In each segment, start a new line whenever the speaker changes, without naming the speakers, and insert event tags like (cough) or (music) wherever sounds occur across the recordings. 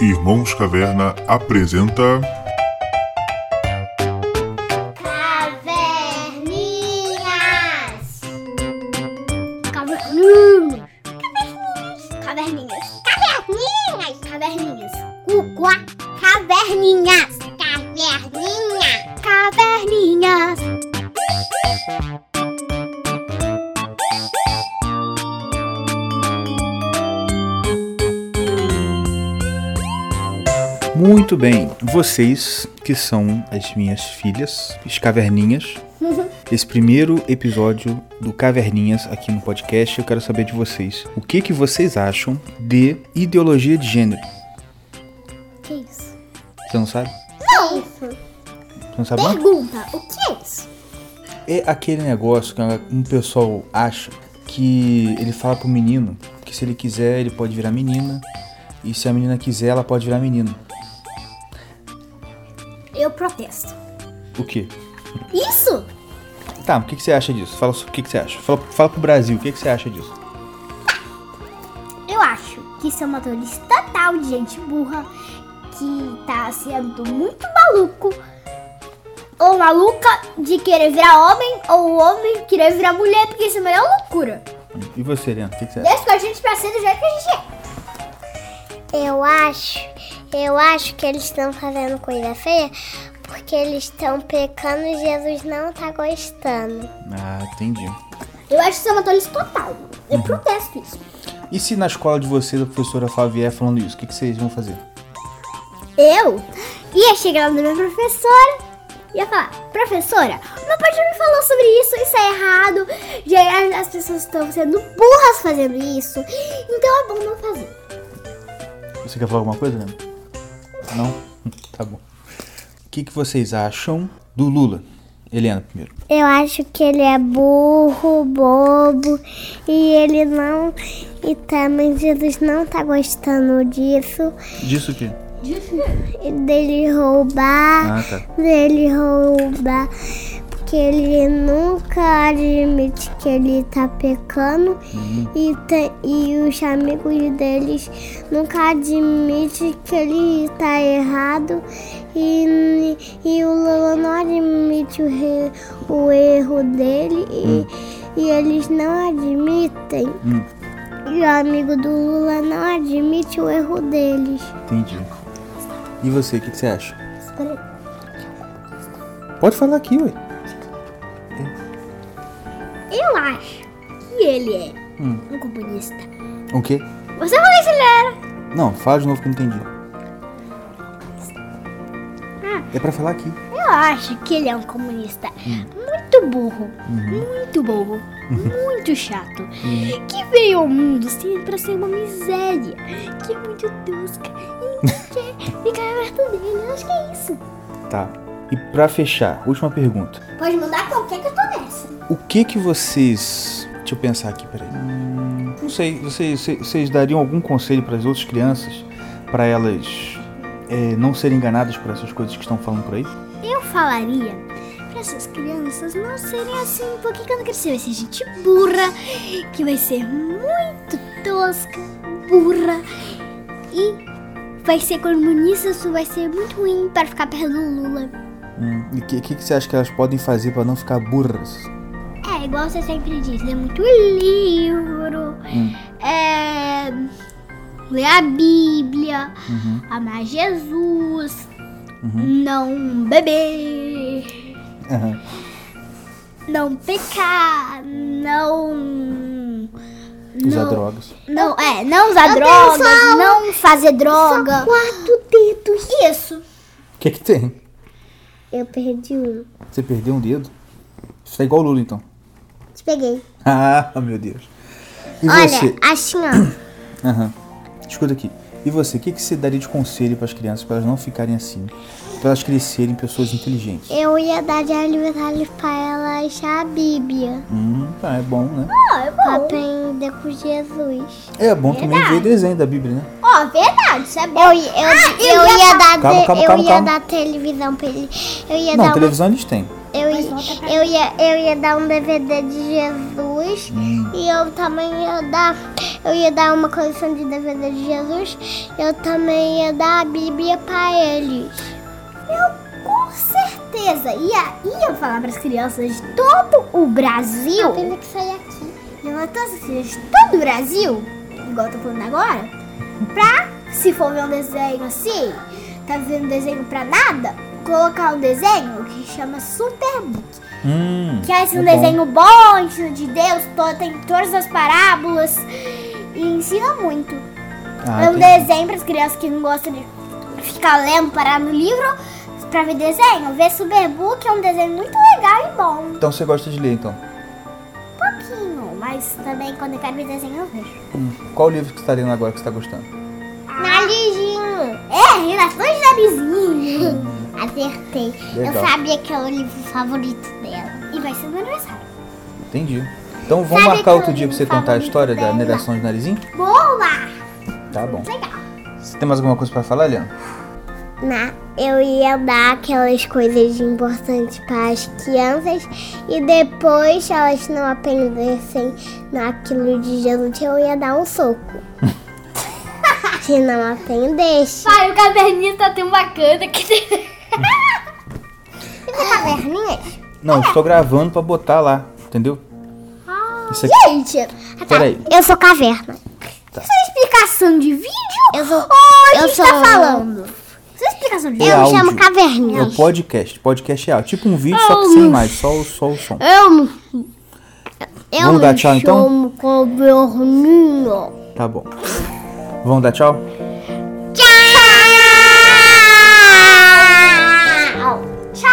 Irmãos Caverna apresenta.
Caverninhas! Caverninhas! Caverninhas! Caverninhas! Caverninhas! Cucuá! Caverninhas! Caverninha! Caverninhas!
Muito bem, vocês que são as minhas filhas, as caverninhas, esse primeiro episódio do Caverninhas aqui no podcast, eu quero saber de vocês. O que que vocês acham de ideologia de gênero?
Que isso?
Você não sabe?
Não!
Você não sabe não?
Pergunta, o que é isso?
É aquele negócio que um pessoal acha que ele fala pro menino que se ele quiser ele pode virar menina e se a menina quiser ela pode virar menino.
Eu protesto.
O quê?
Isso?
Tá, mas o que, que você acha disso? Fala so- o que, que você acha. Fala, fala pro Brasil, o que, que você acha disso?
Eu acho que isso é uma teoria estatal de gente burra que tá sendo muito maluco ou maluca de querer virar homem ou homem querer virar mulher porque isso é a melhor loucura.
E você, Leandro, o que, que você acha?
Deixa a gente pra ser do jeito que a é. gente é.
Eu acho, eu acho que eles estão fazendo coisa feia porque eles estão pecando e Jesus não tá gostando.
Ah, entendi.
Eu acho que isso é uma tolice total. Eu protesto isso.
E se na escola de vocês a professora Flavier falando isso, o que, que vocês vão fazer?
Eu ia chegar lá na minha professora e ia falar: Professora, meu pai já me falou sobre isso, isso é errado. Já as pessoas estão sendo burras fazendo isso, então é bom não fazer.
Você quer falar alguma coisa, Leandro? Não? tá bom. O que, que vocês acham do Lula? Helena, primeiro.
Eu acho que ele é burro, bobo e ele não e também Jesus não tá gostando disso
Disso o quê?
e dele roubar,
Ah, tá.
dele roubar, porque ele nunca admite que ele tá pecando
Uhum.
e, te- e os amigos deles nunca admitem que ele tá errado e, e o Lula não admite o, re- o erro dele e, e eles não admitem.
Hum.
E o amigo do Lula não admite o erro deles.
Entendi. E você, o que, que você acha? Pode falar aqui, ué.
Eu acho que ele é um comunista.
O quê?
Você falou isso, ele era.
Não, fala de novo que eu não entendi. É pra falar aqui.
Eu acho que ele é um comunista muito burro, muito bobo, muito chato, que veio ao mundo sem, pra ser uma miséria, que é muito tosca e quer ficar perto dele. Eu acho que é isso.
Tá. E pra fechar, última pergunta.
Pode mandar qualquer que eu tô nessa.
O que que vocês... Deixa eu pensar aqui, peraí. Hum, Não sei, vocês, vocês- vocês dariam algum conselho para as outras crianças? Pra elas é, não serem enganadas por essas coisas que estão falando por aí?
Eu falaria para essas crianças não serem assim, porque quando crescer vai ser gente burra, que vai ser muito tosca, burra e vai ser comunista, isso vai ser muito ruim para ficar perto do Lula.
Hum, E o que, que que você acha que elas podem fazer pra não ficar burras?
É, igual você sempre diz, lê muito livro,
Hum.
é, lê a Bíblia,
Uhum.
amar Jesus, não beber.
Aham.
não pecar, não.
(laughs) Usar
não,
drogas.
Não, é, não usar drogas,
um,
não fazer droga. quatro dedos. Isso.
O que que tem?
Eu perdi um.
Você perdeu um dedo? Você tá igual o Lula, então.
Te peguei.
(laughs) Ah, meu Deus. E você?
Olha, assim, ó.
Aham. Escuta aqui. E você, o que, que você daria de conselho para as crianças para elas não ficarem assim? Para elas crescerem pessoas inteligentes?
Eu ia dar de aniversário pra ela achar a Bíblia.
Hum, tá, é bom, né?
Pra aprender com Jesus.
É bom também ver desenho da Bíblia, né?
Ó, verdade, isso é bom.
Eu, eu, eu, ia dar
Calma,
de-
calma,
eu
calma,
ia
calma.
dar televisão pra ele. Eu ia
Não,
dar uma,
televisão eles têm.
eu, ia- eu ia eu ia dar um DVD de Jesus e eu também ia dar eu ia dar uma coleção de DVD de Jesus, eu também ia dar a Bíblia pra eles.
Eu com certeza ia, ia falar para as crianças de todo o Brasil.
Pena que sair aqui.
Levantar as crianças assim, de todo o Brasil, igual eu tô falando agora, pra se for ver um desenho assim, tá vendo desenho pra nada, colocar um desenho que chama Superbook.
Hum,
Que é um
é bom.
desenho bom, ensino de Deus, to- tem todas as parábolas e ensina muito.
Ah,
é um
tem-
desenho para as crianças que não gostam de ficar lendo, parar no livro pra ver desenho. Ver Superbook é um desenho muito legal e bom, um
Então você gosta de ler, então.
pouquinho, mas também quando eu quero ver desenho eu vejo.
Qual o livro que você tá lendo agora que você tá gostando?
Narizinho,
É, Relações de Narizinho.
acertei.
Legal.
Eu sabia que era o livro favorito dela.
E vai ser meu aniversário.
Entendi. Então vamos
Sabe
marcar outro
aquele
dia pra você
livro
contar a
favorito
história da
dela?
negação de narizinho?
Boa!
Tá bom.
Legal.
Você tem mais alguma coisa pra falar, Leandro?
Na, eu ia dar aquelas coisas importantes para as crianças e depois se elas não aprendessem naquilo de Jesus, eu ia dar um soco. se não aprendesse.
Pai, o caderninho tá tão bacana que tem... (laughs)
Caverninhas?
Não, estou gravando pra botar lá, entendeu?
Ah,
Isso aqui.
Gente, tá,
Peraí. Tá.
eu sou caverna. é
explicação de vídeo?
Eu sou.
Onde
eu
que
sou.
tá falando? Isso é explicação de
É
Eu me
áudio.
chamo
É
caverninhas.
o podcast. Podcast é áudio. Tipo um vídeo,
Oh,
só que sem imagem, só, o- só o som.
Eu não. Eu
Vamos dar
me
tchau, então?
chamo caverninha.
Tá bom. Vamos dar tchau?
Tchau!
Tchau!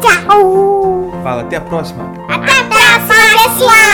Tchau!
Fala, até a próxima.
Até a próxima, pessoal!